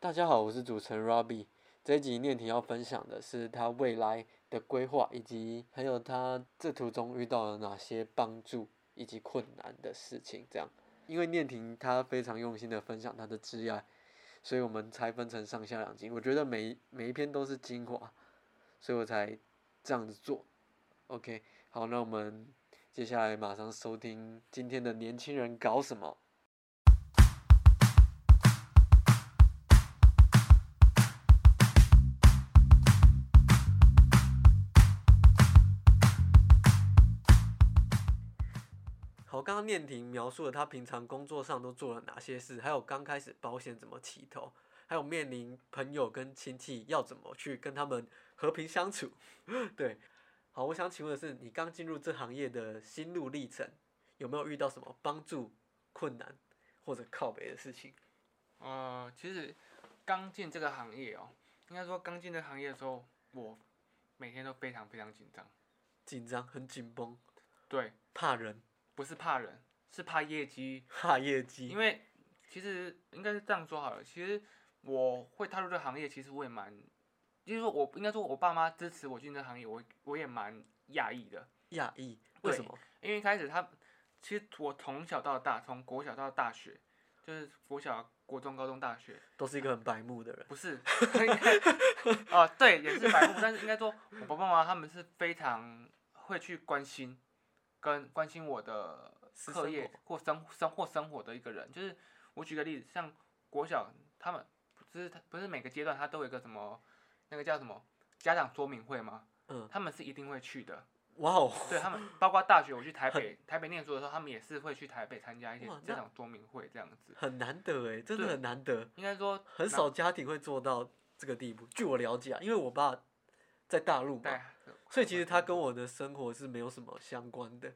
大家好，我是主持人 Robbie。这一集念婷要分享的是她未来的规划，以及还有她这途中遇到了哪些帮助以及困难的事情。这样，因为念婷她非常用心的分享她的挚爱，所以我们才分成上下两集。我觉得每每一篇都是精华，所以我才这样子做。OK，好，那我们接下来马上收听今天的年轻人搞什么。好，刚刚念婷描述了她平常工作上都做了哪些事，还有刚开始保险怎么起头，还有面临朋友跟亲戚要怎么去跟他们和平相处。 对，好，我想请问的是，你刚进入这行业的心路历程，有没有遇到什么帮助困难或者靠北的事情？呃，其实刚进这个行业哦，应该说刚进这个行业的时候，我每天都非常非常紧张。紧张，很紧绷，对，怕人，不是怕人，是怕业绩，怕业绩因。为其实应该是这样说好了。其实我会踏入这个行业，其实我也蛮，就是说我应该说我爸妈支持我进这个行业，我我也蛮讶异的，讶异，为对什么？因为一开始他其实我从小到大，从国小到大学，就是国小、国中、高中、大学，都是一个很白目的人。不是，哦，对，也是白目，但是应该说，我爸爸妈妈他们是非常会去关心，跟关心我的私课生业或生生或生活的一个人。就是我举个例子，像国小他们不是不是每个阶段他都有一个什么那个叫什么家长说明会吗？嗯他们是一定会去的。哇哦，对他们，包括大学我去台北台北念书的时候，他们也是会去台北参加一些哇家那长说明会这样子。很难得诶，真的对很难得。应该说很少家庭会做到这个地步。据我了解啊，因为我爸在大陆嘛，对，嗯所以其实他跟我的生活是没有什么相关的。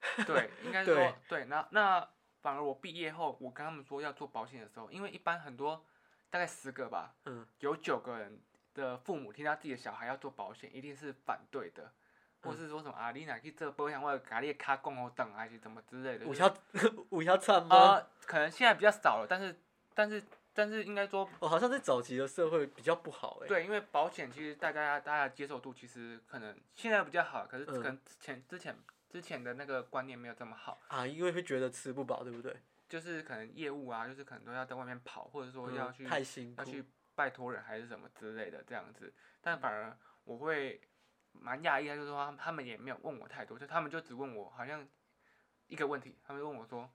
对，应该对说对。那那反而我毕业后，我跟他们说要做保险的时候，因为一般很多大概十个吧，嗯，有九个人的父母听到自己的小孩要做保险，一定是反对的，嗯或是说什么啊，你哪去做保险，我给你的卡供我等还是怎么之类的。我就是要 我要唱吗？呃，可能现在比较少了，但是但是但是应该说哦，好像在早期的社会比较不好欸诶。对，因为保险其实大家大家的接受度其实可能现在比较好，可是嗯可能之前之前之前的那个观念没有这么好。啊，因为会觉得吃不饱，对不对？就是可能业务啊，就是可能都要在外面跑，或者说嗯要去、太辛苦要。去拜托人还是什么之类的这样子。但反而我会蛮讶异的，就是说他们他们也没有问我太多，就他们就只问我好像一个问题，他们就问我说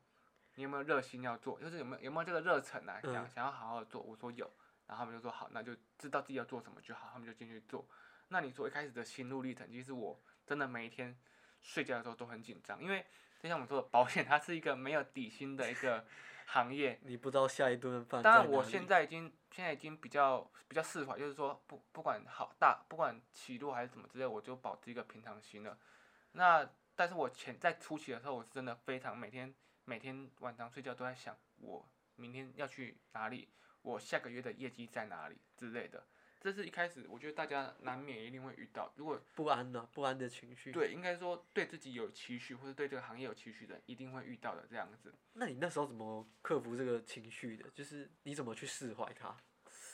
你有没有热心要做，就是有没有有没有这个热忱啊，想、嗯想要好好地做。我说有，然后他们就说好，那就知道自己要做什么就好，他们就进去做。那你说一开始的心路历程，其实我真的每一天睡觉的时候都很紧张，因为就像我们说的，保险它是一个没有底薪的一个行业，你不知道下一顿饭在当哪然，里。我现在已经现在已经比较比较释怀，就是说不不管好大，不管起落还是怎么之类，我就保持一个平常心了。那但是我前在初期的时候，我是真的非常每天每天晚上睡觉都在想，我明天要去哪里，我下个月的业绩在哪里之类的。这是一开始，我觉得大家难免一定会遇到。如果不安呢、不安的情绪。。对，应该说对自己有期许，或者对这个行业有期许的人，一定会遇到的这样子。那你那时候怎么克服这个情绪的？就是你怎么去释怀它？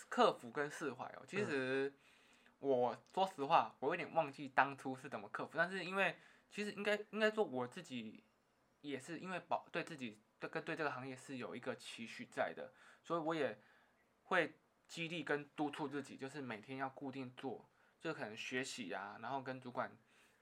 克服跟释怀哦。其实我说实话，我有点忘记当初是怎么克服，但是因为其实应该应该说我自己也是因为保对自己这个对这个行业是有一个期许在的，所以我也会激励跟督促自己，就是每天要固定做，就是可能学习啊，然后跟主管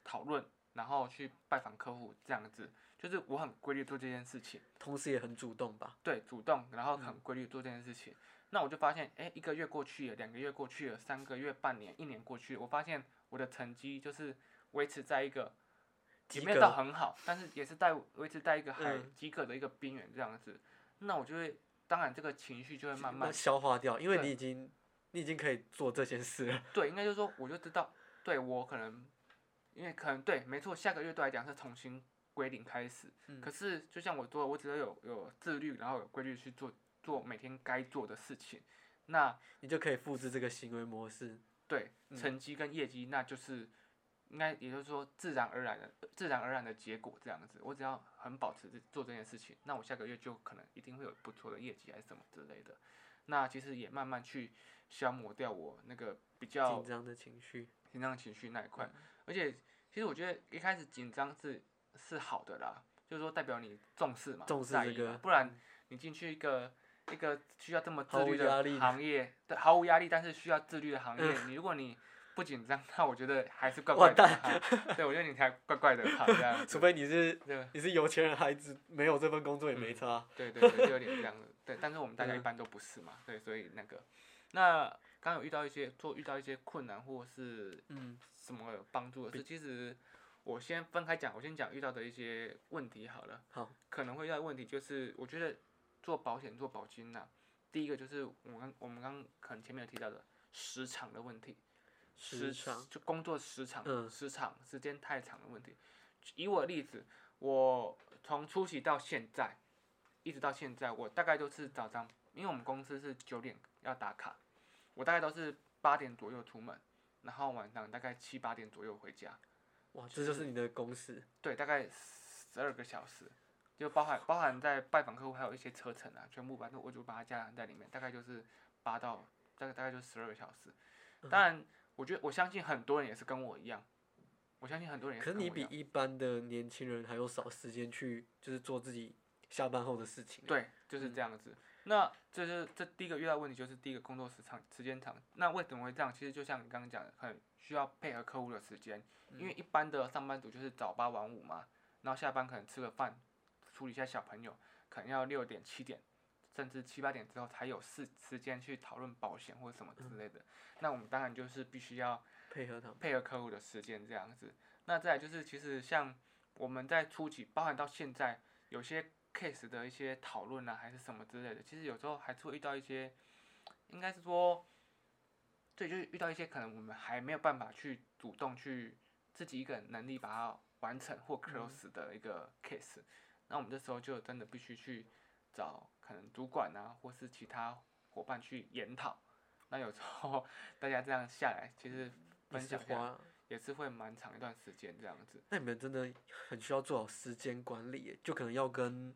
讨论，然后去拜访客户这样子，就是我很规律做这件事情。同时也很主动吧。对，主动，然后嗯很规律做这件事情。那我就发现，哎，一个月过去了，两个月过去了，三个月、半年、一年过去了，我发现我的成绩就是维持在一个，也及没有格到很好，但是也是在维持在一个还嗯及格的一个边缘这样子。那我就会，当然这个情绪就会慢慢那消化掉，因为对你已经你已经可以做这件事了。对，应该就是说，我就知道，对我可能，因为可能对，没错，下个月对我来讲是重新归零开始。嗯可是就像我做的，我只要有有自律，然后有规律去做做每天该做的事情，那你就可以复制这个行为模式。对嗯成绩跟业绩，那就是应该也就是说自然而然的自然而然的结果这样子。我只要很保持这做这件事情，那我下个月就可能一定会有不错的业绩还是什么之类的。那其实也慢慢去消磨掉我那个比较紧张的情绪，紧张情绪那一块。而且其实我觉得一开始紧张是是好的啦，就是说代表你重视嘛，重视在这意个嘛不然你进去一个一个需要这么自毫无律压的力的嗯行业，对，毫无压力，但是需要自律的行业，你如果你不紧张，那我觉得还是怪怪完的哈。对，我觉得你才怪怪的哈， 这样除子。非你是对你是有钱人孩子，没有这份工作也嗯没差。对对对，就有点这样子。对，但是我们大家嗯一般都不是嘛，对，所以那个，那刚刚有遇到一些做遇到一些困难或是嗯，什么有帮助的事。其实我先分开讲，我先讲遇到的一些问题好了。好，可能会遇到的问题就是，我觉得做保险做保金呐、第一个就是我们刚我们刚可能前面有提到的时长的问题，时长就工作时长、嗯时长时间太长的问题。以我的例子，我从出席到现在，一直到现在，我大概都是早上，因为我们公司是九点要打卡，我大概都是八点左右出门，然后晚上大概七八点左右回家，哇，这就是你的公式。对，大概十二个小时，就包含包含在拜访客户还有一些车程啊，全部把它我就把它加在里面，大概就是八到大概大概就十二个小时。嗯当然，我觉得我相信很多人也是跟我一样，我相信很多人也可是是跟我一你样。比一般的年轻人还要少时间去，就是做自己下班后的事情。对，就是这样子。那这就是这第一个遇到的问题，就是第一个工作时长时间长。那为什么会这样？其实就像你刚刚讲的，很需要配合客户的时间，因为一般的上班族就是早八晚五嘛，然后下班可能吃个饭，处理一下小朋友，可能要六点七点，甚至七八点之后才有时时间去讨论保险或什么之类的。那我们当然就是必须要配合他们。配合客户的时间这样子。那再来就是，其实像我们在初期，包含到现在，有些 case 的一些讨论啊，还是什么之类的，其实有时候还是会遇到一些，应该是说，对，就是遇到一些可能我们还没有办法去主动去自己一个人能力把它完成或嗯 close 的一个 case，、那我们这时候就真的必须去找可能主管啊，或是其他伙伴去研讨。那有时候 大家这样下来，其实你分是享下来花，也是会蛮长一段时间这样子。 那你们真的很需要做好时间管理耶，就可能要跟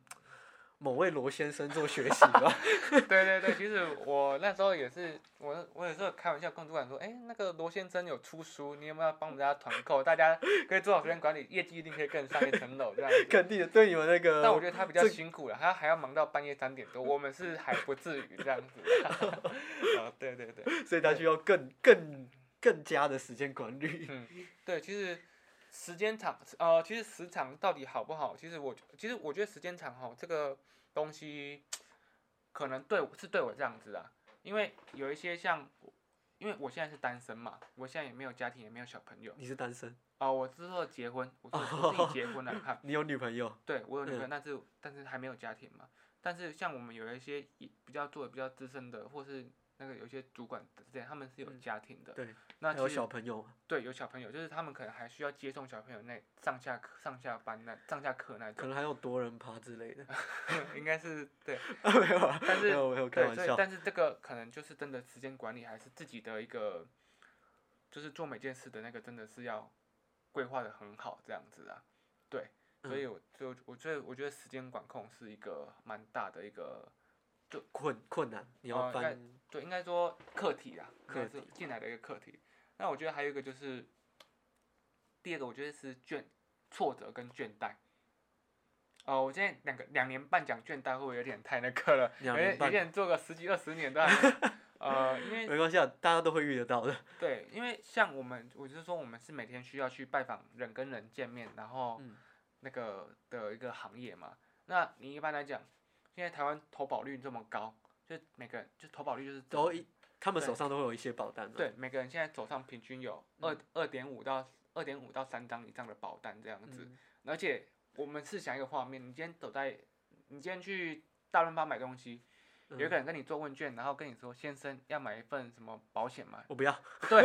某位罗先生做学习 吧。对对对，其实我那时候也是，我我有时候开玩笑跟主管说，哎、那个罗先生有出书，你有没有帮我们大家团购？大家可以做好时间管理，业绩一定可以更上一层楼这样子。肯定的，对你们那个。但我觉得他比较辛苦了，他还要忙到半夜三点多，我们是还不至于这样子。 啊，对对对，所以他需要更更更加的时间管理。 嗯，对，其实时间长，呃，其实时长到底好不好？其实我，其实我觉得时间长哈，这个东西可能对我是对我这样子啊，因为有一些像，因为我现在是单身嘛，我现在也没有家庭，也没有小朋友你是单身，啊、我之后结婚，我说 我自己结婚了，看，你有女朋友，对我有女嗯朋友，但是但是还没有家庭嘛。但是像我们有一些一比较做的比较资深的，或是那个有一些主管之类，他们是有家庭的。嗯对，那还有其实小朋友嘛，对，有小朋友，就是他们可能还需要接送小朋友那上下课上下班那上下课那可种， 能还有多人趴之类的。 应该是对没有啊，但是没有没有开对，玩所以笑。但是这个可能就是真的时间管理还是自己的一个，就是做每件事的那个真的是要规划的很好这样子啊，对，嗯所以我就我觉得我觉得时间管控是一个蛮大的一个困困难，你要哦翻、但对，应该说课题啊，应该课是进来的一个课题。那我觉得还有一个就是，第二个我觉得是倦、挫折跟倦怠。哦，我现在两个两年半讲倦怠会不会有点太那个了？有两点年半有点做个十几二十年都还没呃，因为没关系，啊，大家都会遇得到的。对，因为像我们，我就是说我们是每天需要去拜访人跟人见面，然后嗯那个的一个行业嘛。那你一般来讲，现在台湾投保率这么高，就每个人就投保率就是都一，他们对手上都会有一些保单、啊。，对，每个人现在手上平均有嗯二二点五到二点五到三张以上的保单这样子，嗯而且我们试想一个画面，你今天走在，你今天去大润发买东西，有嗯一个人跟你做问卷，然后跟你说先生要买一份什么保 险吗？我不要，对，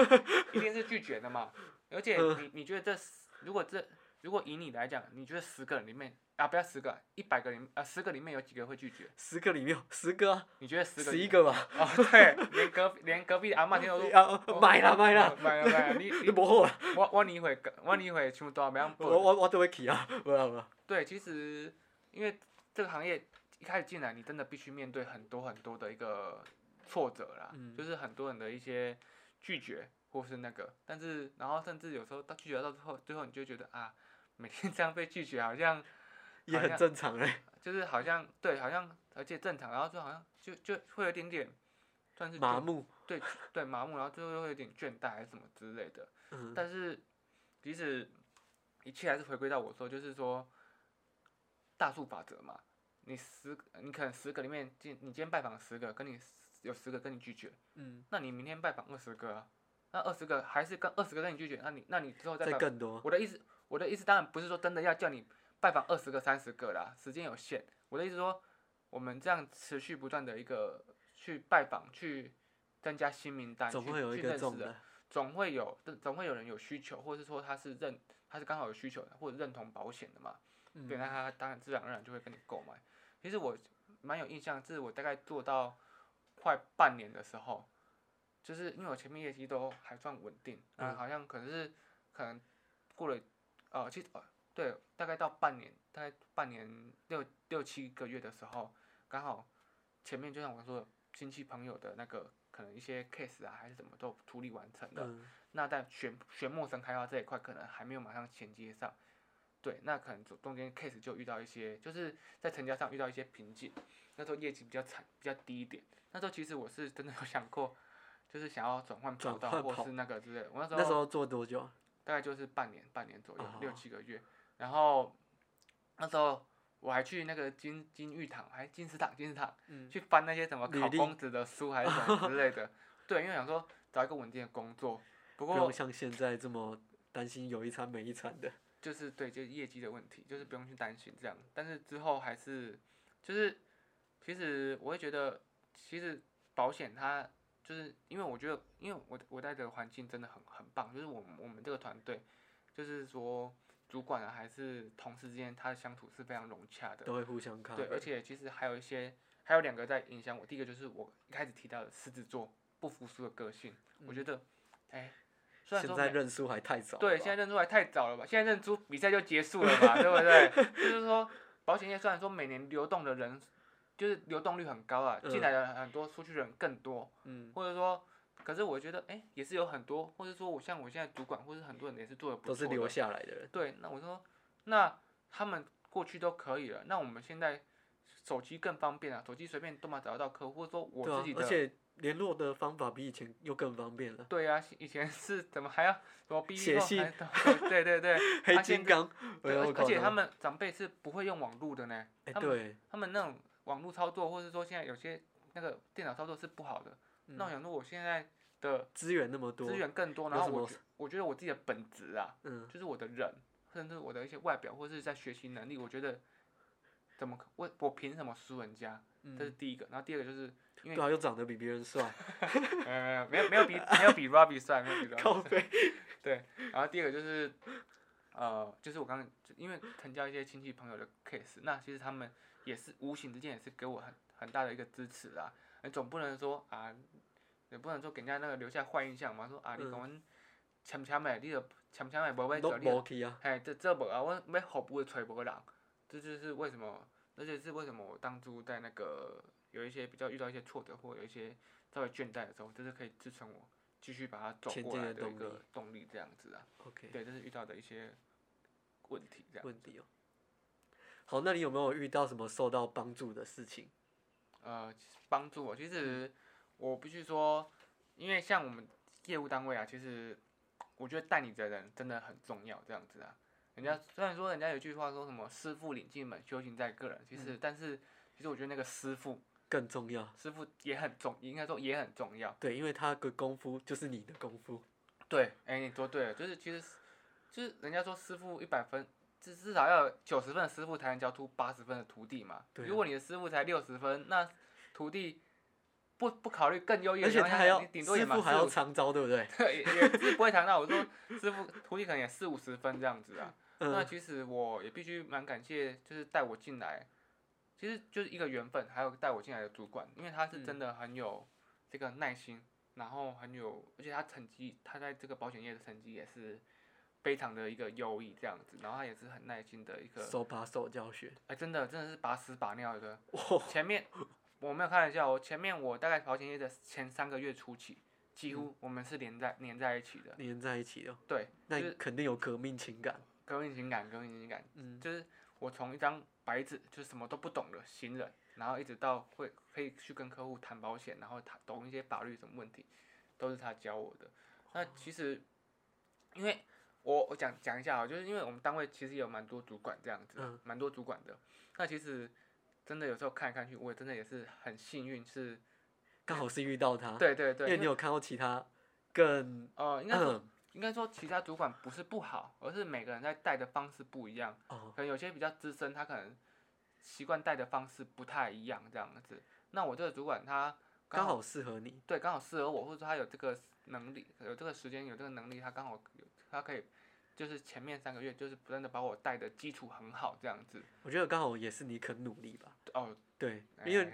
一定是拒绝的嘛。而且嗯你你觉得这十如果这如果以你来讲，你觉得十个人里面啊不要十个，一百个里面啊十个里面有几个会拒绝？十个里面有十个、啊，你觉得十个十里一面？个吧。哦，对，连隔连隔壁的阿妈 听到说。啊，买啦买啦，买了买了，你 你你不好啦，我我你会我你会全部都没样我我我都会去啊，不啦不啦。对，其实因为这个行业一开始进来，你真的必须面对很多很多的一个挫折啦，嗯就是很多人的一些拒绝或是那个，但是然后甚至有时候到拒绝到最后，最后你就觉得啊，每天这样被拒绝好像也好很像正常欸嘞，就是好像对，好像而且正常，然后就好像就就会有点点算是麻倦木，对对麻木，然后最后又会有点倦怠还是什么之类的。嗯，但是即使一切还是回归到我说，就是说大数法则嘛，你十你可能十个里面，今你今天拜访十个，跟你有十个跟你拒绝，嗯，那你明天拜访二十个啊，那二十个还是跟二十个跟你拒绝，那你那你之后再再拜更多，我的意思，我的意思当然不是说真的要叫你拜访二十个、三十个啦，时间有限。我的意思说，我们这样持续不断的一个去拜访，去增加新名单，总去会有一去个认识中的的，总会有总会有人有需求，或者是说他是认他是刚好有需求的，或者认同保险的嘛，对，那嗯，他当然自然而然就会跟你购买。其实我蛮有印象，这是我大概做到快半年的时候，就是因为我前面业绩都还算稳定，嗯嗯，好像可能是可能过了呃，其实呃对，大概到半年，大概半年六六七个月的时候，刚好前面就像我说的，亲戚朋友的那个可能一些 case 啊，还是怎么都处理完成了，嗯，那在选选陌生开发这一块，可能还没有马上衔接上，对，那可能中中间 case 就遇到一些，就是在成交上遇到一些瓶颈，那时候业绩比较惨，比较低一点。那时候其实我是真的有想过，就是想要转换跑转道换或跑是那个之类的。我那时候那时候做多久啊？大概就是半年，半年左右，六哦七个月。然后那时候我还去那个金金玉堂，还金石堂，金石堂嗯，去翻那些什么履考历公职的书还是什么之类 的。对，因为想说找一个稳定的工作。不不过用像现在这么担心有一餐没一餐的，就是对，就是业绩的问题，就是不用去担心这样。但是之后还是，就是其实我会觉得，其实保险它就是因为我觉得，因为我我待的环境真的很很棒，就是我们我们这个团队，就是说主管啊还是同事之间，他的相处是非常融洽的。都会互相看，对，而且其实还有一些，还有两个在影响我。第一个就是我一开始提到的狮子座不服输的个性，我觉得，哎，虽然嗯现说在每认输还太早了吧，对，现在认出来太早了吧？现在认出比赛就结束了吧，对不对？ 就是说，保险业虽然说每年流动的人，就是流动率很高啊，嗯进来的人很多，出去的人更多，嗯，或者说，可是我觉得，哎，也是有很多，或者说我像我现在主管，或是很多人也是做的不都是错留的。下来的人，对，那我说，那他们过去都可以了，那我们现在手机更方便啊，手机随便都嘛找得到客户，或者说对我啊自己，的而。且联络的方法比以前又更方便了，对啊，以前是怎么还要怎么逼写信对对对，黑啊现金在刚，哎对，呦而我而靠且他他们，们长辈是不会用网络的呢，哎他们对，他们那种网络操作，或是说现在有些那个电脑操作是不好的。那我嗯想说，我现在的资源那么多资，源更多，有然后什我么觉我觉得我自己的本质啊，嗯，就是我的人，甚至我的一些外表，或是在学习能力，我觉得怎么可我我凭什么输人家？这是嗯，第一个，然后第二个就是因为对啊，又长得比别人帅，呃没有没有比没有比 Robbie 帅，没有比 Robbie 靠帅。背，然后第二个就是，呃，就是我刚刚就因为成交一些亲戚朋友的 case，那其实他们也是无形之间也是给我很很大的一个支持啦。你总不能说啊，也不能说给人家那个留下坏印象嘛，说啊你嗯讲签签的，你就签签的无买都做，你就无去啊，嘿这这无啊，我要服务的找无人，这就是为什么，这就是为什么我当初在那个有一些比较遇到一些挫折或有一些稍微倦怠的时候，这是可以支撑我继续把它走前过进来的的一动力个动力这样子啊。 ，OK，对，这是遇到的一些问题，这样。问题哦。好，那你有没有遇到什么受到帮助的事情？呃，帮助我，其实我必须说，因为像我们业务单位啊，其实我觉得带你的人真的很重要，这样子啊。人嗯家虽然说人家有句话说什么“师傅领进门，修行在个人”，其嗯实、但是其实我觉得那个师傅，更重要，师傅也很重，应该说也很重要。对，因为他的功夫就是你的功夫，对，哎、你说对了，就是其实就是人家说师傅一百分，至至少要九十分的师傅才能教出八十分的徒弟嘛。对啊如果你的师傅才六十分，那徒弟不不考虑更优越而的且情他况下，还要你顶多也师满傅还四要五常招，对不对？对，也也是不会谈到。我说师傅徒弟可能也四五十分这样子啊。那 嗯，其实我也必须蛮感谢，就是带我进来，其实就是一个缘分，还有带我进来的主管，因为他是真的很有这个耐心，然后很有，而且他成绩，他在这个保险业的成绩也是非常的一个优异这样子，然后他也是很耐心的一个，手把手教学，哎，真的真的是把屎把尿的，哇，前面我没有开玩笑，我哦前面我大概保险业的前三个月初期，几乎我们是连在连在一起的，连在一起哦的，对，就那是肯定有革命情感。革命情感，革命情感，嗯，就是我从一张白纸，就什么都不懂的新人，然后一直到会可以去跟客户谈保险，然后谈懂一些法律什么问题，都是他教我的。哦那其实，因为我我讲讲一下啊，就是因为我们单位其实也有蛮多主管这样子嗯，蛮、多主管的。那其实真的有时候看来看去，我也真的也是很幸运，是刚好是遇到他，对对啊因对，为因你为有看到其他更呃，应该说嗯应该说其他主管不是不好，而是每个人在带的方式不一样。哦，可能有些比较资深，他可能习惯带的方式不太一样这样子。那我这个主管他刚好适合你，对刚好适合我，或者他有这个能力，有这个时间，有这个能力，他刚好有他可以，就是前面三个月就是不断的把我带的基础很好这样子。我觉得刚好也是你肯努力吧。哦，哎对，因为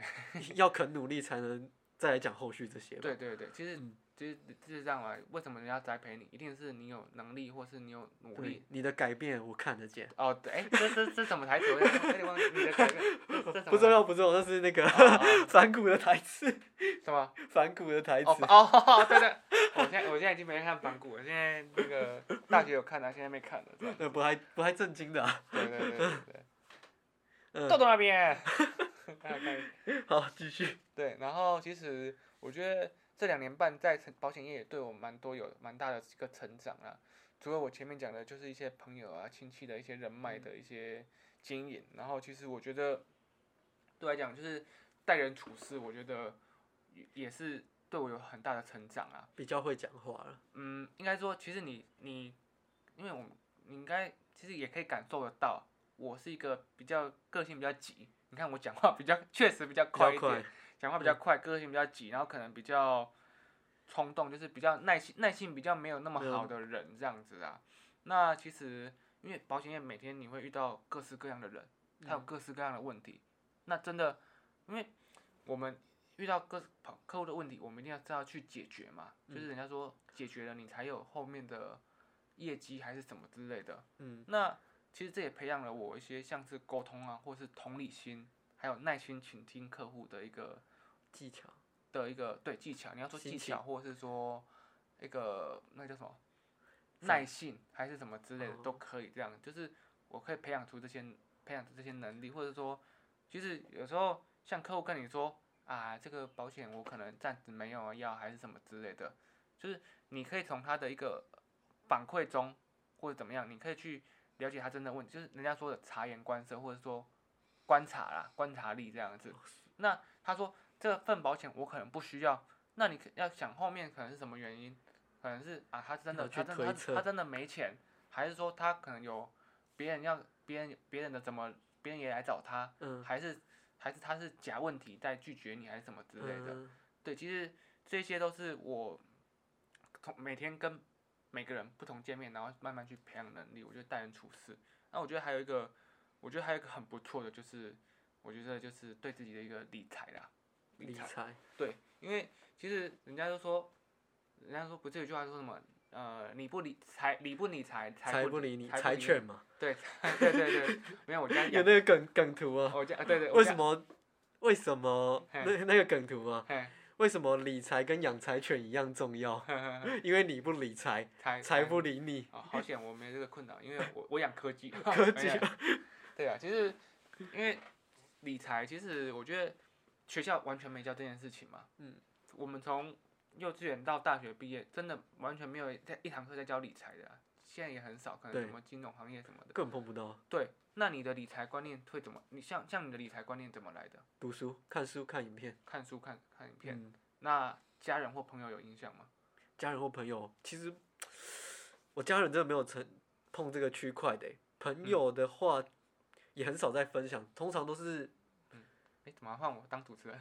要肯努力才能再来讲后续这些吧。对对对，其实、嗯其实就是这样嘛。为什么人家栽培你，一定是你有能力，或是你有努力对，你的改变我看得见。哦，对，哎、这这这什么台词？我有点有点忘记你的台词， 这这什不么哦重要，不重要，那是那个 反骨的台词，什么？反骨的台词哦。哦，对对，我现在我现在已经没看反骨，我现在那个大学有看的、现在没看了。这样呃那不太不太正经的、啊。对对对对对，嗯豆豆那边。大概好，继续。对，然后其实我觉得这两年半在成保险业也对我蛮多有蛮大的一个成长啦。除了我前面讲的，就是一些朋友啊、亲戚的一些人脉的一些经营，然后其实我觉得对我来讲，就是待人处事，我觉得也也是对我有很大的成长啊。比较会讲话了。嗯，应该说，其实你你，因为我们你应该其实也可以感受得到，我是一个比较个性比较急。你看我讲话比较 确实比较比快较一点快，，讲话比较快，个性比较急，然后可能比较冲动，就是比较耐心耐性比较没有那么好的人这样子啊。那其实因为保险业每天你会遇到各式各样的人，他嗯有各式各样的问题。那真的，因为我们遇到各客客户的问题，我们一定要知道去解决嘛。就是人家说解决了，你才有后面的业绩还是什么之类的。嗯，那其实这也培养了我一些像是沟通啊，或是同理心，还有耐心倾听客户的一个技巧。的一个对技巧。你要说技心巧，或是说一个那叫什么哦耐性还是什么之类的、都可以。这样就是我可以培养出这些培养出这些能力，或者说，其实有时候像客户跟你说啊，这个保险我可能暂时没有要，还是什么之类的，就是你可以从他的一个反馈中或者怎么样，你可以去了解他真的问题，就是人家说的察言观色，或者说观察啦、观察力这样子。那他说这份保险我可能不需要，那你可要想后面可能是什么原因，可能是啊他真的要他去真的推他测他真的没钱，还是说他可能有别人要别人别人的怎么别人也来找他，嗯还是还是他是假问题在拒绝你还是什么之类的。嗯对，其实这些都是我从每天跟每个人不同见面，然后慢慢去培养能力。我觉得待人处事，那我觉得还有一个，我觉得还有一个很不错的，就是我觉得就是对自己的一个理财啦，理财。对，因为其实人家都说，人家说不是有句话说什么？呃，理不理财，理不理财，财财不不理你，财不柴理犬嘛，对，对对对，没有我家有 养，那个梗梗图啊。哦我家对对，我为家什？么？为什么嘿那那个梗图啊？嘿为什么理财跟养柴犬一样重要？呵呵呵因为你不理财，财财不理你。 哦，好险我没这个困扰，因为我我养柯基。科技哎呀对啊，其实因为理财，其实我觉得学校完全没教这件事情嘛。嗯。我们从幼稚园到大学毕业，真的完全没有在一堂课在教理财的啊、现在也很少，可能对什么金融行业什么的。根本碰不到。对，那你的理财观念会怎么？你像像你的理财观念怎么来的？读书、看书、看影片。看书、看看影片。嗯，那家人或朋友有影响吗？家人或朋友，其实我家人真的没有成碰这个区块的欸。嗯朋友的话，也很少在分享，通常都是哎，怎么换我当主持人？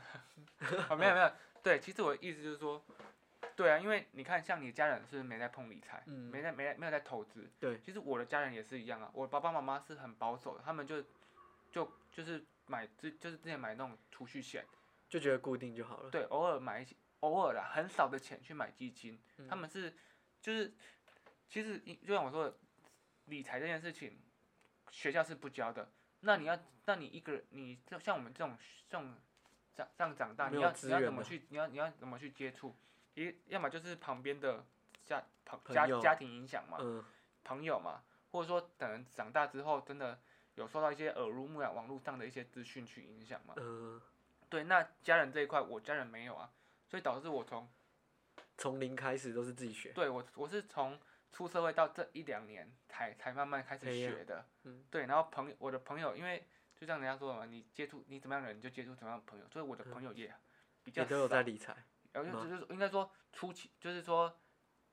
啊，没有没有，对，其实我的意思就是说，对啊，因为你看，像你的家人是没在碰理财，嗯没在没在没有在投资，对，其实我的家人也是一样啊，我爸爸妈妈是很保守的，他们就就就是买之就是之前买那种储蓄险，就觉得固定就好了。对，偶尔买一些，偶尔啦，很少的钱去买基金，嗯他们是就是其实一就像我说的，理财这件事情学校是不教的，那你要那你一个人，你就像我们这种这种长这样长大，没你有要资你要源怎么了去你要你要怎么去接触？一要么就是旁边的家朋朋家友家庭影响嘛，嗯，朋友嘛，或者说等长大之后真的有受到一些耳濡目染网络上的一些资讯去影响嘛。嗯，对，那家人这一块我家人没有啊，所以导致我从从零开始都是自己学，对我我是从出社会到这一两年才才慢慢开始培养学的。嗯，对，然后朋友我的朋友，因为就像人家说的嘛，你接触你怎么样的人你就接触怎么样的朋友，所以我的朋友也比较嗯也少。都有在理财。然后吗就就是应该说初期，就是说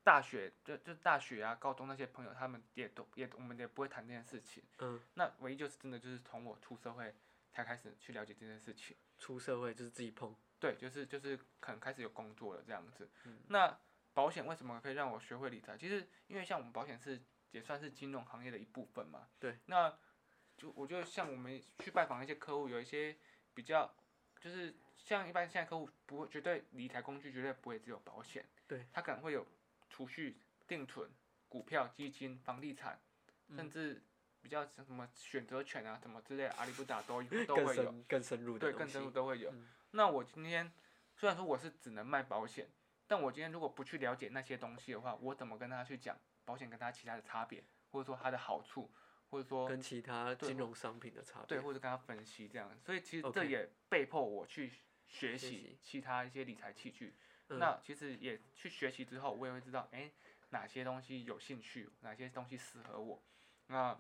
大学就就大学啊、高中那些朋友，他们也都也我们也不会谈这件事情。嗯，那唯一就是真的就是从我出社会才开始去了解这件事情。出社会就是自己碰，对，就是就是可能开始有工作了这样子。嗯那保险为什么可以让我学会理财？其实因为像我们保险是也算是金融行业的一部分嘛。对。那就我就像我们去拜访一些客户，有一些比较就是像一般现在客户不会绝对理财工具绝对不会只有保险，对，他可能会有储蓄、定存、股票、基金、房地产，嗯甚至比较像什么选择权啊什么之类的，阿里不达都有 都更会有。深更深入的对，东更西嗯深入都会有。那我今天虽然说我是只能卖保险，但我今天如果不去了解那些东西的话，我怎么跟他去讲保险跟它其他的差别，或者说它的好处，或者说跟其他对金融商品的差别对，。或者跟他分析这样。所以其实这 OK 也被迫我去学学习习其他一些理财器具。嗯那其实也去学习之后，我也会知道，哎、哪些东西有兴趣，哪些东西适合我。那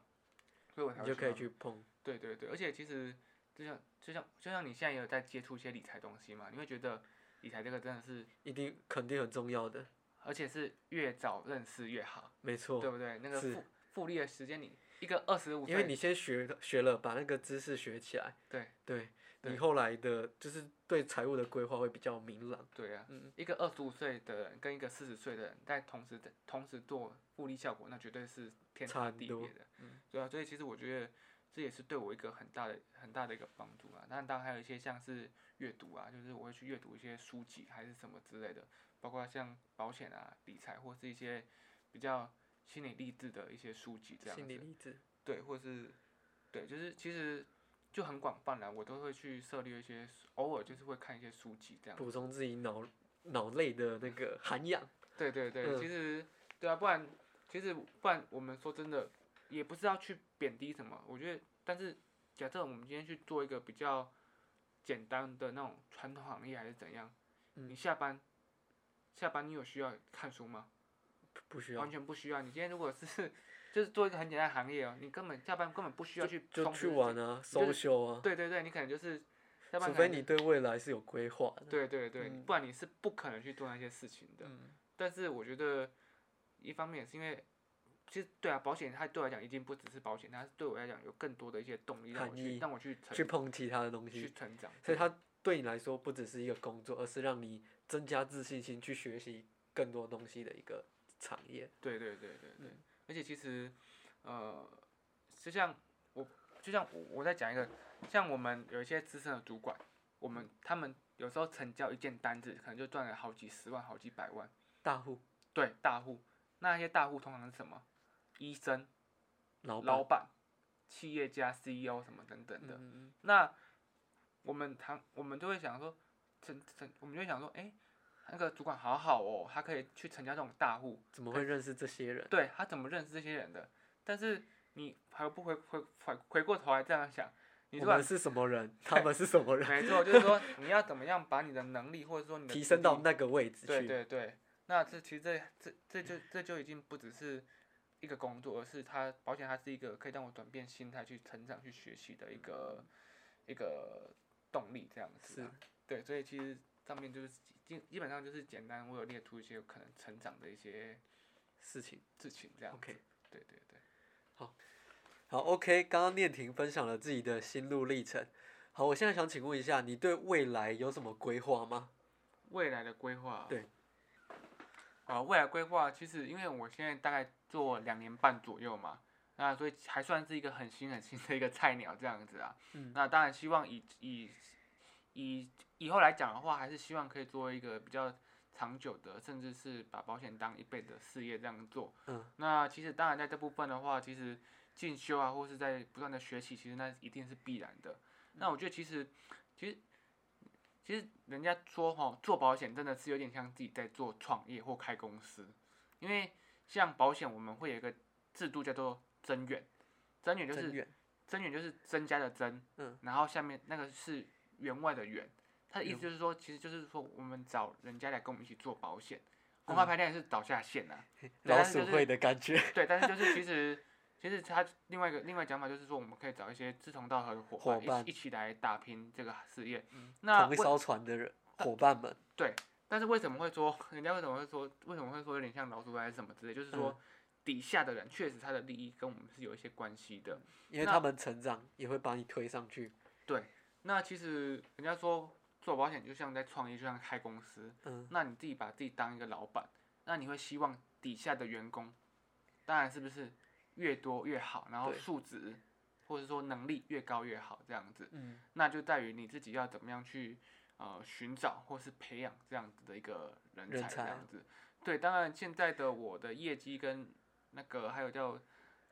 所以我才你会就去可以慢慢去碰，对对对，而且其实就像就像就像你现在也有在接触一些理财东西嘛，你会觉得理财这个真的是，一定肯定很重要的，而且是越早认识越好，没对错。不对？那个是复复利的时间，你一个二十五因为岁，你先学学了，把那个知识学起来，对对，对你后来的就是对财务的规划会比较明朗。对啊，嗯一个二十五岁的人跟一个四十岁的人在同时同时做复利效果，那绝对是天差差很地多别的，对啊，所以其实我觉得。这也是对我一个很大的、很大的一个帮助啊。但当然还有一些像是阅读啊，就是我会去阅读一些书籍还是什么之类的，包括像保险啊、理财或是一些比较心理励志的一些书籍这样心理子。励志，对，或是对，就是其实就很广泛啦。我都会去涉猎一些，偶尔就是会看一些书籍这样子。补充自己脑脑内的那个涵养。对对对，嗯其实对啊，不然其实不然，我们说真的，也不是要去贬低什么。我觉得，但是假设我们今天去做一个比较简单的那种传统行业还是怎样，嗯你下班下班你有需要看书吗？不不需要完，全不需要。你今天如果是就是做一个很简单的行业哦，你根本下班根本不需要去就充去实自玩己。啊你就是，social 啊，对对对，你可能就是下班除可能非你对未来是有规划的。对对对，不然你是不可能去做那些事情的。嗯但是我觉得，一方面也是因为，其实对啊，保险它对我来讲已经不只是保险，它对我来讲有更多的一些动力让我含去义让我去成去碰其他的东去西，成长。所以它对你来说不只是一个工作，而是让你增加自信心去学习更多东西的一个产业。对对对对嗯对，而且其实，呃，就像我，就像我我在讲一个，像我们有一些资深的主管，我们他们有时候成交一件单子，可能就赚了好几十万、好几百万。大户、对，大户，那些大户通常是什么？医生、老板，老板、企业家、CEO 什么等等的。嗯嗯那我们常我们就会想说，成成，我们就会想说，哎、那个主管好好哦，他可以去成交这种大户，怎么会认识这些人？对他怎么认识这些人的？但是你还不回回回回过头来这样想，你我如果们是什么 人？他们是什么人？没错，就是说你要怎么样把你的能力或者说你的提实升到力那个位置对去。对对，那这其实这这这就这就已经不只是一个工作，而是它保险它是一个可以让我转变心态去成长去学习的一个一个动力这样子啊、对，所以其实上面就是基基本上就是简单，我有列出一些可能成长的一些事情。事情这样子。 OK 对对对。好，OK，刚刚念婷分享了自己的心路历程。好，我现在想请问一下，你对未来有什么规划吗？未来的规划。对。啊，未来规划其实因为我现在大概做两年半左右嘛，那所以还算是一个很新很新的一个菜鸟这样子啊。嗯那当然希望以以以以后来讲的话，还是希望可以做一个比较长久的，甚至是把保险当一辈子的事业这样做。嗯。那其实当然在这部分的话，其实进修啊，或是嗯在不断的学习，其实那一定是必然的。那我觉得其实其实其实人家说哈，做保险真的是有点像自己在做创业或开公司，因为像保险我们会有一个制度叫做增援，增援就真是远，增援就是增加的增，嗯，然后下面那个是员外的员，他的意思就是说，其实就是说我们找人家来跟我们一起做保险，文化嗯排练是找下线呐、啊，对老但是鼠就是会的感觉，对，但是就是其实其实他另外一个另外讲法就是说，我们可以找一些志同道合的伙伙伴一起伴嗯一起来打拼这个事业。那同为一艘船的人伙伴们，但是为什么会说人家为什么会说为什么会说有点像老鼠会还是什么之类？就是说、嗯底下的人确实他的利益跟我们是有一些关系的。因为那他们成长也会把你推上去，那其实人家说做保险就像在创业，就像开公司，嗯，那你自己把自己当一个老板，那你会希望底下的员工，当然是不是越多越好，然后对素质或者说能力越高越好这样子。嗯，那就在于你自己要怎么样去呃寻找或是培养这样子的一个人人才，这才样子。对，当然现在的我的业绩跟那个还有叫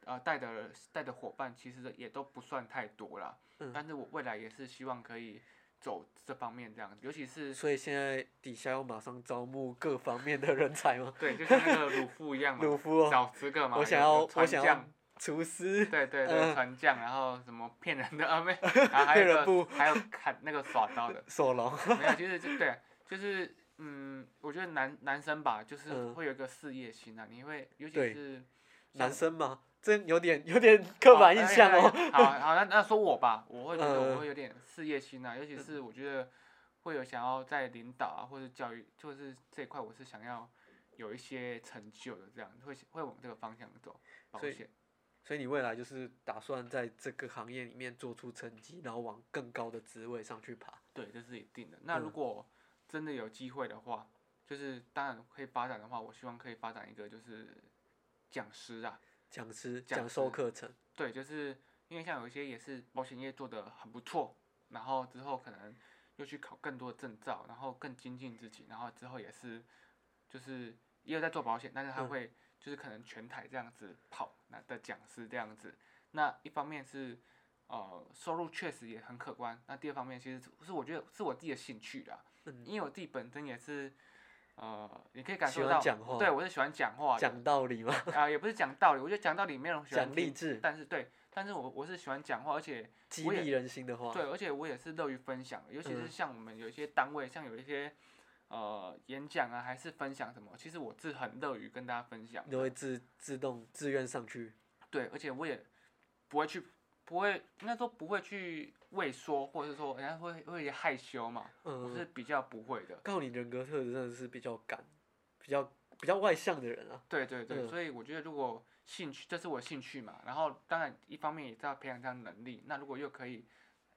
呃带的带的伙伴，其实也都不算太多啦。嗯但是我未来也是希望可以走这方面这样子，尤其是所以现在底下要马上招募各方面的人才吗？ 对，就像那个鲁夫一样嘛，鲁夫哦，找十个嘛，我有想有要，我船想匠要厨师，对对嗯对，船匠，然后什么骗人的 啊没，然后还有骗人一不个还有砍那个耍刀的，索隆，没有，其实就对，就是嗯，我觉得男男生吧，就是嗯会有一个事业心啊，你会尤其对是男像生嘛，这有点有点刻板印象。哦哦。哎哎哎好好，那那说我吧，我 会觉得嗯我会有点事业心啊，尤其是我觉得会有想要在领导啊或者教育，就是这一块我是想要有一些成就的，这样会会往这个方向走。保所以险，所以你未来就是打算在这个行业里面做出成绩，然后往更高的职位上去爬。对，这是一定的。那如嗯果真的有机会的话，就是当然可以发展的话，我希望可以发展一个就是讲师啊。讲师讲讲授师课程，对，就是因为像有一些也是保险业做的很不错，然后之后可能又去考更多的证照，然后更精进自己，然后之后也是就是也有在做保险，但是他嗯会就是可能全台这样子跑那的讲师这样子。那一方面是呃收入确实也很可观，那第二方面其实是我觉得是我自己的兴趣啦，嗯，因为我自己本身也是呃你可以感喜受欢到讲话，对我是喜欢讲话的，讲道理嘛，啊、也不是讲道理，我觉得讲道理没有人喜欢讲听励志但是对，但是我我是喜欢讲话，而且激我也励人心的话，对，而且我也是乐于分享的，尤其哦是嗯像我们有一些单位，像有一些呃演讲啊，还是分享什么，其实我是很乐于跟大家分享你都会的。自自动自愿上去。对，而且我也不会去，不会应该说不会去畏缩，或者是说人家会会有点害羞嘛，我是嗯，比较不会的。告诉你人格特质真的是比较敢，比较比较外向的人啊。对对对，嗯所以我觉得如果兴趣，这是我兴趣嘛，然后当然一方面也是要培养这样的能力，那如果又可以，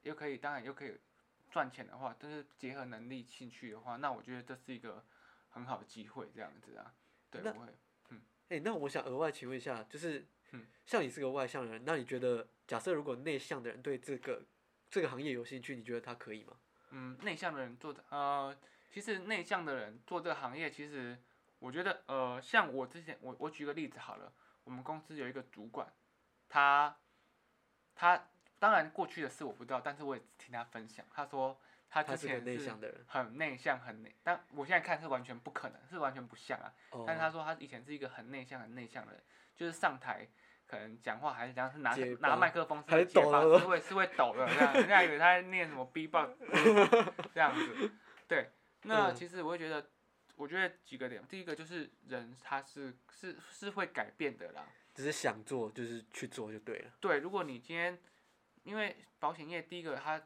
又可以，当然又可以赚钱的话，但是结合能力兴趣的话，那我觉得这是一个很好的机会，这样子啊，对，那我会，哎、那我想额外请问一下，就是嗯像你是个外向人，那你觉得假设如果内向的人对这个这个行业有兴趣，你觉得他可以吗？嗯，内向的人做的，呃，其实内向的人做这个行业，其实我觉得，呃，像我之前，我我举个例子好了，我们公司有一个主管，他他当然过去的事我不知道，但是我也听他分享，他说他他之是个前内是向的人，很内向，很内，但我现在看是完全不可能，是完全不像啊。哦，但是他说他以前是一个很内向、很内向的人，就是上台可能讲话还是然后是拿结巴拿麦克风是还会是结抖巴，了是会是会抖的这样，人家以为他在念什么 B-box 这样子。对，那嗯其实我会觉得，我觉得几个点，第一个就是人他是是是会改变的啦。只是想做就是去做就对了。对，如果你今天因为保险业，第一个他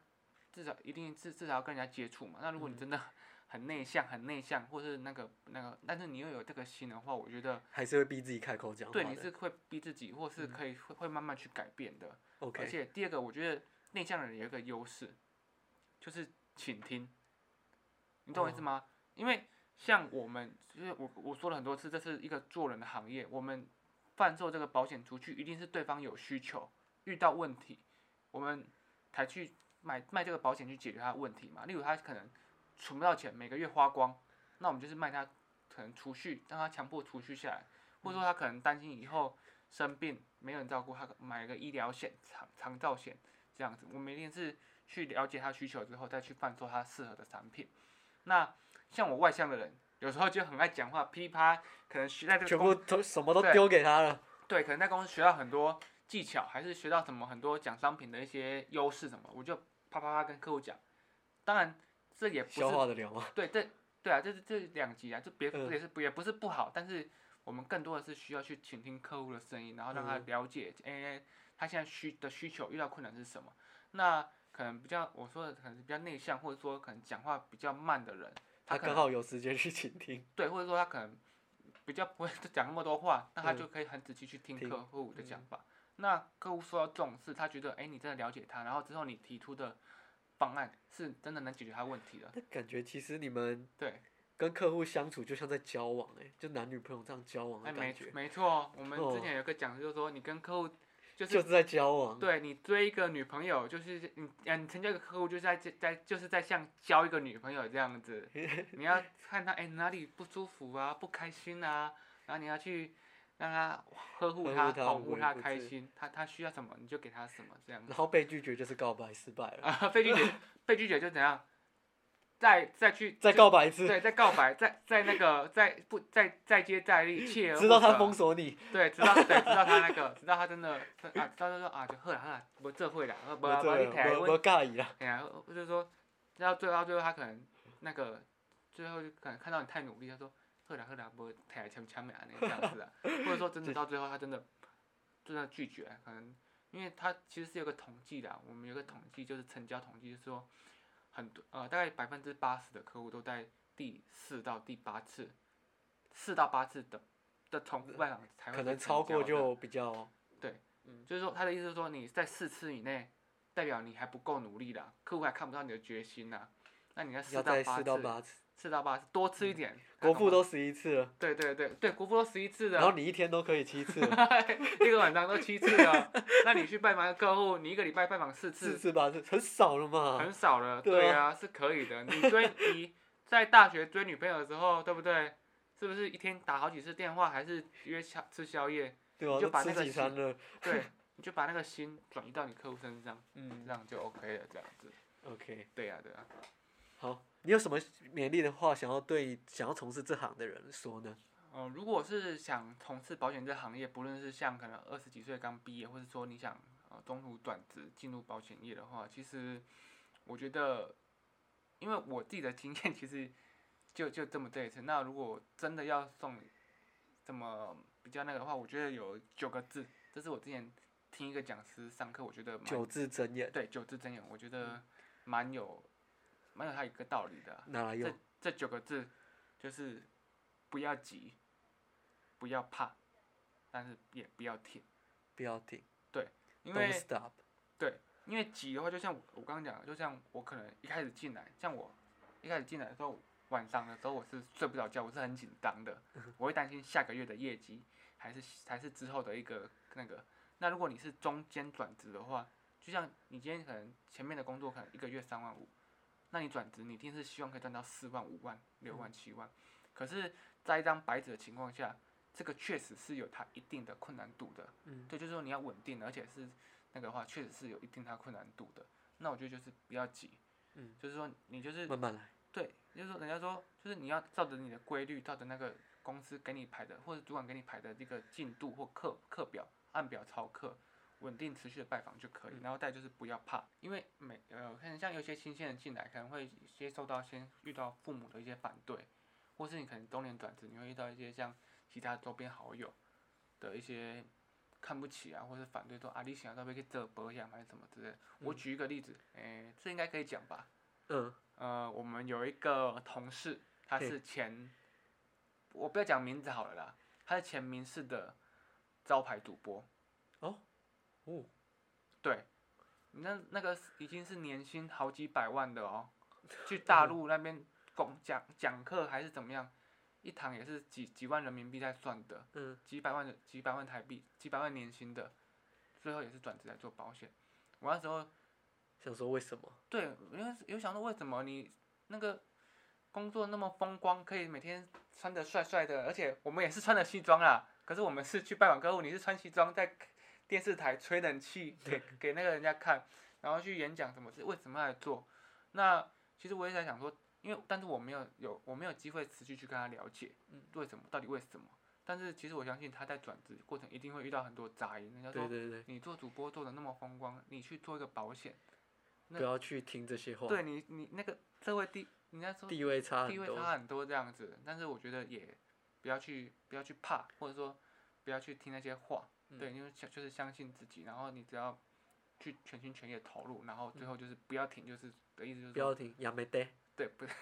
至少一定至至少要跟人家接触嘛。那如果你嗯真的很内向、很内向，或是那个那个，但是你又有这个心的话，我觉得还是会逼自己开口讲话对的。嗯你是会逼自己，或是可以会会慢慢去改变的。而 OK，且第二个，我觉得内向的人有一个优势，就是倾听。你懂我意思哦吗？因为像我们，就是我我说了很多次，这是一个做人的行业。我们贩售这个保险出去，一定是对方有需求，遇到问题，我们才去买卖这个保险去解决他的问题嘛。例如他可能存不到钱，每个月花光，那我们就是卖他可能储蓄，让他强迫储蓄下来，或者说他可能担心以后生病没有人照顾，他买个医疗险、长长照险这样子，我们一定是去了解他需求之后，再去贩售他适合的产品。那像我外向的人，有时候就很爱讲话，噼里啪啦，可能学在这个全公部都什么都对丢给他了。对，可能在公司学到很多技巧，还是学到什么很多讲商品的一些优势什么，我就啪啪啪跟客户讲。当然，这也不是消化得了吗？对，这对啊，这是这两集啊，就别、嗯也是也不是不好，但是我们更多的是需要去倾听客户的声音，然后让他嗯了解，诶、他现在需的需求遇到困难是什么。那可能比较我说的可能是比较内向，或者说可能讲话比较慢的人，他他可刚能好有时间去倾听，对，或者说他可能比较不会 讲那么多话，那他嗯就可以很仔细去听听嗯客户的讲法。那客户说到重视，他觉得哎、诶你真的了解他，然后之后你提出的方案是真的能解决他问题的。那感觉其实你们对，跟客户相处就像在交往哎、就男女朋友这样交往哎，的没感错觉，没错，我们哦之前有个讲的就是说，你跟客户就是、就是在交往。对你追一个女朋友，就是你嗯，你成交一个客户，就是在在就是在像交一个女朋友这样 子，你要看他哎、哪里不舒服啊，不开心啊，然后你要去让他呵护呵他，护他保护维他护开自 心，他他需要什么你就给他什么这样子 然后被拒绝就是告白失败了，啊，被 拒绝被拒绝就怎样，再再去再就告白一次，对再告白，再再那个再不再再接再厉，锲 而直到不他舍封锁你，对，知道对，知道他那个，知道他真的，他啊，知道他说啊，就喝了喝了，不这会啦，啊不我这不你抬我我，我尬意啦，哎呀，我就说，然后最后到最后他可能那个，最后就可能看到你太努力，他说喝了喝了，不抬强强美啊那这样子啊，或者说真的到最后他真的真的拒绝，可能因为他其实是有个统计的，我们有个统计就是成交统计，就是说很多呃大概百分之八十的客户都在第四到第八次，四到八次的的重复拜访才会呃可被能成超过交的就比较就是说他的意思是说你在四次以内，代表你还不够努力啦，客户还看不到你的决心啦。那你要四要到在八四到次，八次，四到八次多吃一点。国他父懂吗都啊十一次了，对对对对，国父都十一次然后的，你一天都可以七次了， 一个晚上都七次了。那你去拜访客户，你一个礼拜拜访四四次，次八次很少了嘛，很少了。对对啊，是可以的。你追你在大学追女朋友的时候，对不对？是不是一天打好几次电话，还是约宵吃宵夜？对吧？就把都那个吃几餐了， 对，你就把那个心转移到你客户身上，这嗯样就 OK 了。这样子， ，OK，对啊呀、对呀、好，你有什么勉励的话想要对想要从事这行的人说呢？呃，如果是想从事保险这行业，不论是像可能二十几岁刚毕业，或者说你想呃中途转职进入保险业的话，其实我觉得，因为我自己的经验 其实就就这么这一次。那如果真的要送这么比较那个的话，我觉得有九个字，这是我之前听一个讲师上课，我觉得蛮九字真言对九字真言，我觉得蛮有蛮有它一个道理的啊、拿来用这？这九个字就是不要急，不要怕，但是也不要舔，不要停因，Don't 为 stop。因为急的话，就像我我刚刚讲的，就像我可能一开始进来，像我一开始进来的时候，晚上的时候我是睡不着觉，我是很紧张 的，我会担心下个月的业绩，还是还是之后的一个那个。那如果你是中间转职的话，就像你今天可能前面的工作可能一个月三万五，那你转职你一定是希望可以赚到四万、五万、六万、七万，嗯可是，在一张白纸的情况下，这个确实是有它一定的困难度的。嗯，对，就是说你要稳定，而且是那个的话，确实是有一定它困难度的。那我觉得就是不要急，嗯，就是说你就是慢慢来。对，就是说人家说就是你要照着你的规律，照着那个公司给你排的或者主管给你排的这个进度或课课表，按表操课，稳定持续的拜访就可以。然后再就是不要怕，因为每呃可能像有些新鲜人进来，可能会接受到先遇到父母的一些反对，或是你可能中年转职，你会遇到一些像其他周边好友的一些看不起啊，或是反对说啊你想要不要去做保险还是什么之类的。我举一个例子，诶、这应该可以讲吧？嗯，呃，我们有一个同事，他嘿是前，我不要讲名字好了啦，他是前民事的招牌主播，哦，对，那那个是已经是年薪好几百万的哦，去大陆那边讲讲讲课还是怎么样，一堂也是几几万人民币在算的，嗯，几百万的几百万台币，几百万年薪的，最后也是转职来做保险，我那时候想说为什么？对，因为有想到为什么你那个工作那么风光，可以每天穿的帅帅的，而且我们也是穿的西装啦。可是 我们是去拜访客户，你是穿西装在电视台吹冷气给给那个人家看，然后去演讲什么是为什么来做。那其实我也在想说，因为但是我没有有我没有机会持续去跟他了解，嗯，为什么到底为什么？但是其实我相信他在转职过程一定会遇到很多杂音，人家对说对对，你做主播做的那么风光，你去做一个保险，那不要去听这些话，对你你那个社会地，人家说地位差很地位多。差很多这样子，但是我觉得也不要去不要去怕，或者说不要去听那些话，嗯对，因为相就是相信自己，然后你只要去全心全意的投入，然后最后就是不要停，就是的意思就是嗯不说要听亚美呆，对，不是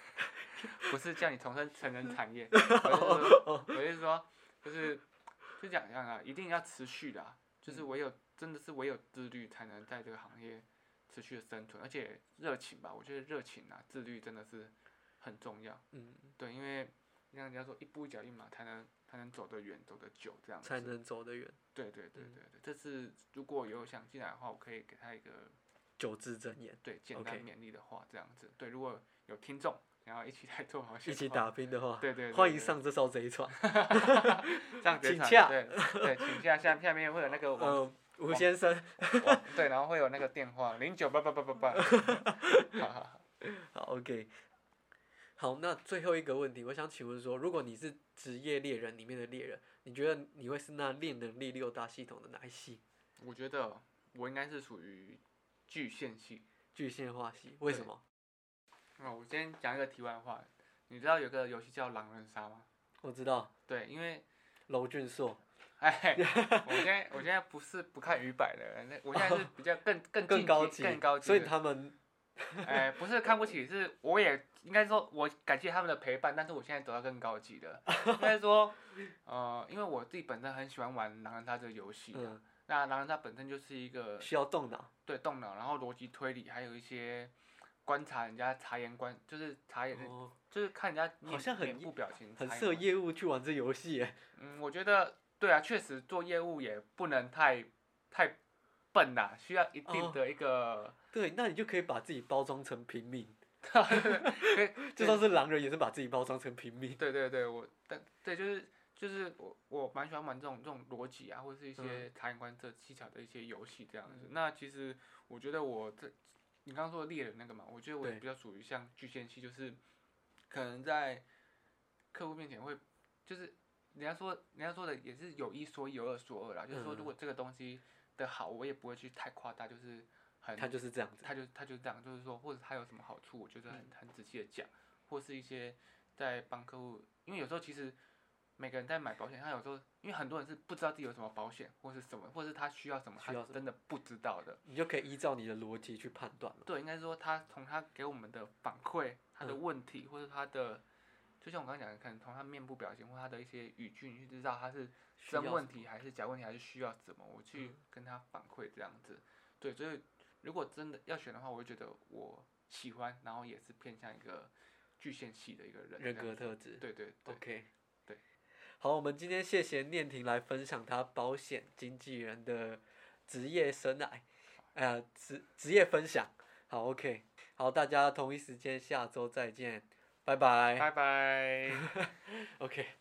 不是叫你重申成人产 业，我是哦说，我是说，就是就讲这样啊，一定要持续的、啊，就是唯嗯有真的是唯有自律才能在这个行业持续的生存，而且热情吧，我觉得热情啊，自律真的是很重要，嗯，对，因为像人家说一步一脚印嘛，才能才能走得远，走得久这样子，才能走得远。对对对对对，这次如果有想进来的话，我可以给他一个九字真言，对简单 OK 勉励的话这样子，对，如果有听众。然后一起来做好一险起的话打拼的话，对对对欢迎对上这艘贼船。这样子请才洽对对，请洽下下面会有那个网、嗯，吴先生，网对，然后会有那个电话零九八八八八 八，好好好好，OK。好，那最后一个问题，我想请问说，如果你是职业猎人里面的猎人，你觉得你会是那猎能力六大系统的哪一系？我觉得我应该是属于巨蟹系。具现化系？为什对么？啊、我先讲一个题外话，你知道有个游戏叫狼人杀吗？我知道，对，因为娄俊硕哎，我现在我现在不是不看鱼百的人，那我现在是比较更更更进高阶级，更高级的，所以他们哎，不是看不起，是我也应该说，我感谢他们的陪伴，但是我现在走到更高 级的，应该说，呃，因为我自己本身很喜欢玩狼人杀这个游戏啊、嗯那狼人杀本身就是一个需要动脑，对动脑，然后逻辑推理，还有一些观察人家察言观，就是察言，哦，就是看人家面好像很面部表情，很察言适合观。业务去玩这游戏耶。嗯，我觉得对啊，确实做业务也不能太太笨啦、需要一哦定的一个，对，那你就可以把自己包装成平 民，可以就算是狼人也是把自己包装成平民。对对对，我但对就是就是我我蛮喜欢玩这种这种逻辑啊，或是一嗯些察言观色技巧的一些游戏这样子。那其实我觉得我这你刚刚说的猎人那个嘛，我觉得我也对比较属于像巨蟹系，就是可能在客户面前会就是人家说人家说的也是有一说一有二说二啦，就是说嗯如果这个东西的好，我也不会去太夸大，就是很他就是这样子，他就他就这样，就是说，或者他有什么好处，我觉得很嗯很仔细的讲，或是一些在帮客户，因为有时候其实每个人在买保险，他有时候因为很多人是不知道自己有什么保险，或是什么，或是他需要什么，需他要什真的不知道的。你就可以依照你的逻辑去判断了。对，应该说他从他给我们的反馈，他嗯的问题，或者他的，就像我刚刚讲的，可能从他面部表情或他的一些语句，你就知道他是需真要问什嗯题还是假问题，还是需要什么，我去跟他反馈这样子。对，所以如果真的要选的话，我会觉得我喜欢，然后也是偏向一个巨蟹系的一个人。人格。特质。对对对， OK，对，好，我们今天谢谢念婷来分享她保险经纪人的职业生涯，呃，职职业分享。好，OK，好，大家同一时间下周再见，拜拜。 拜拜。 OK。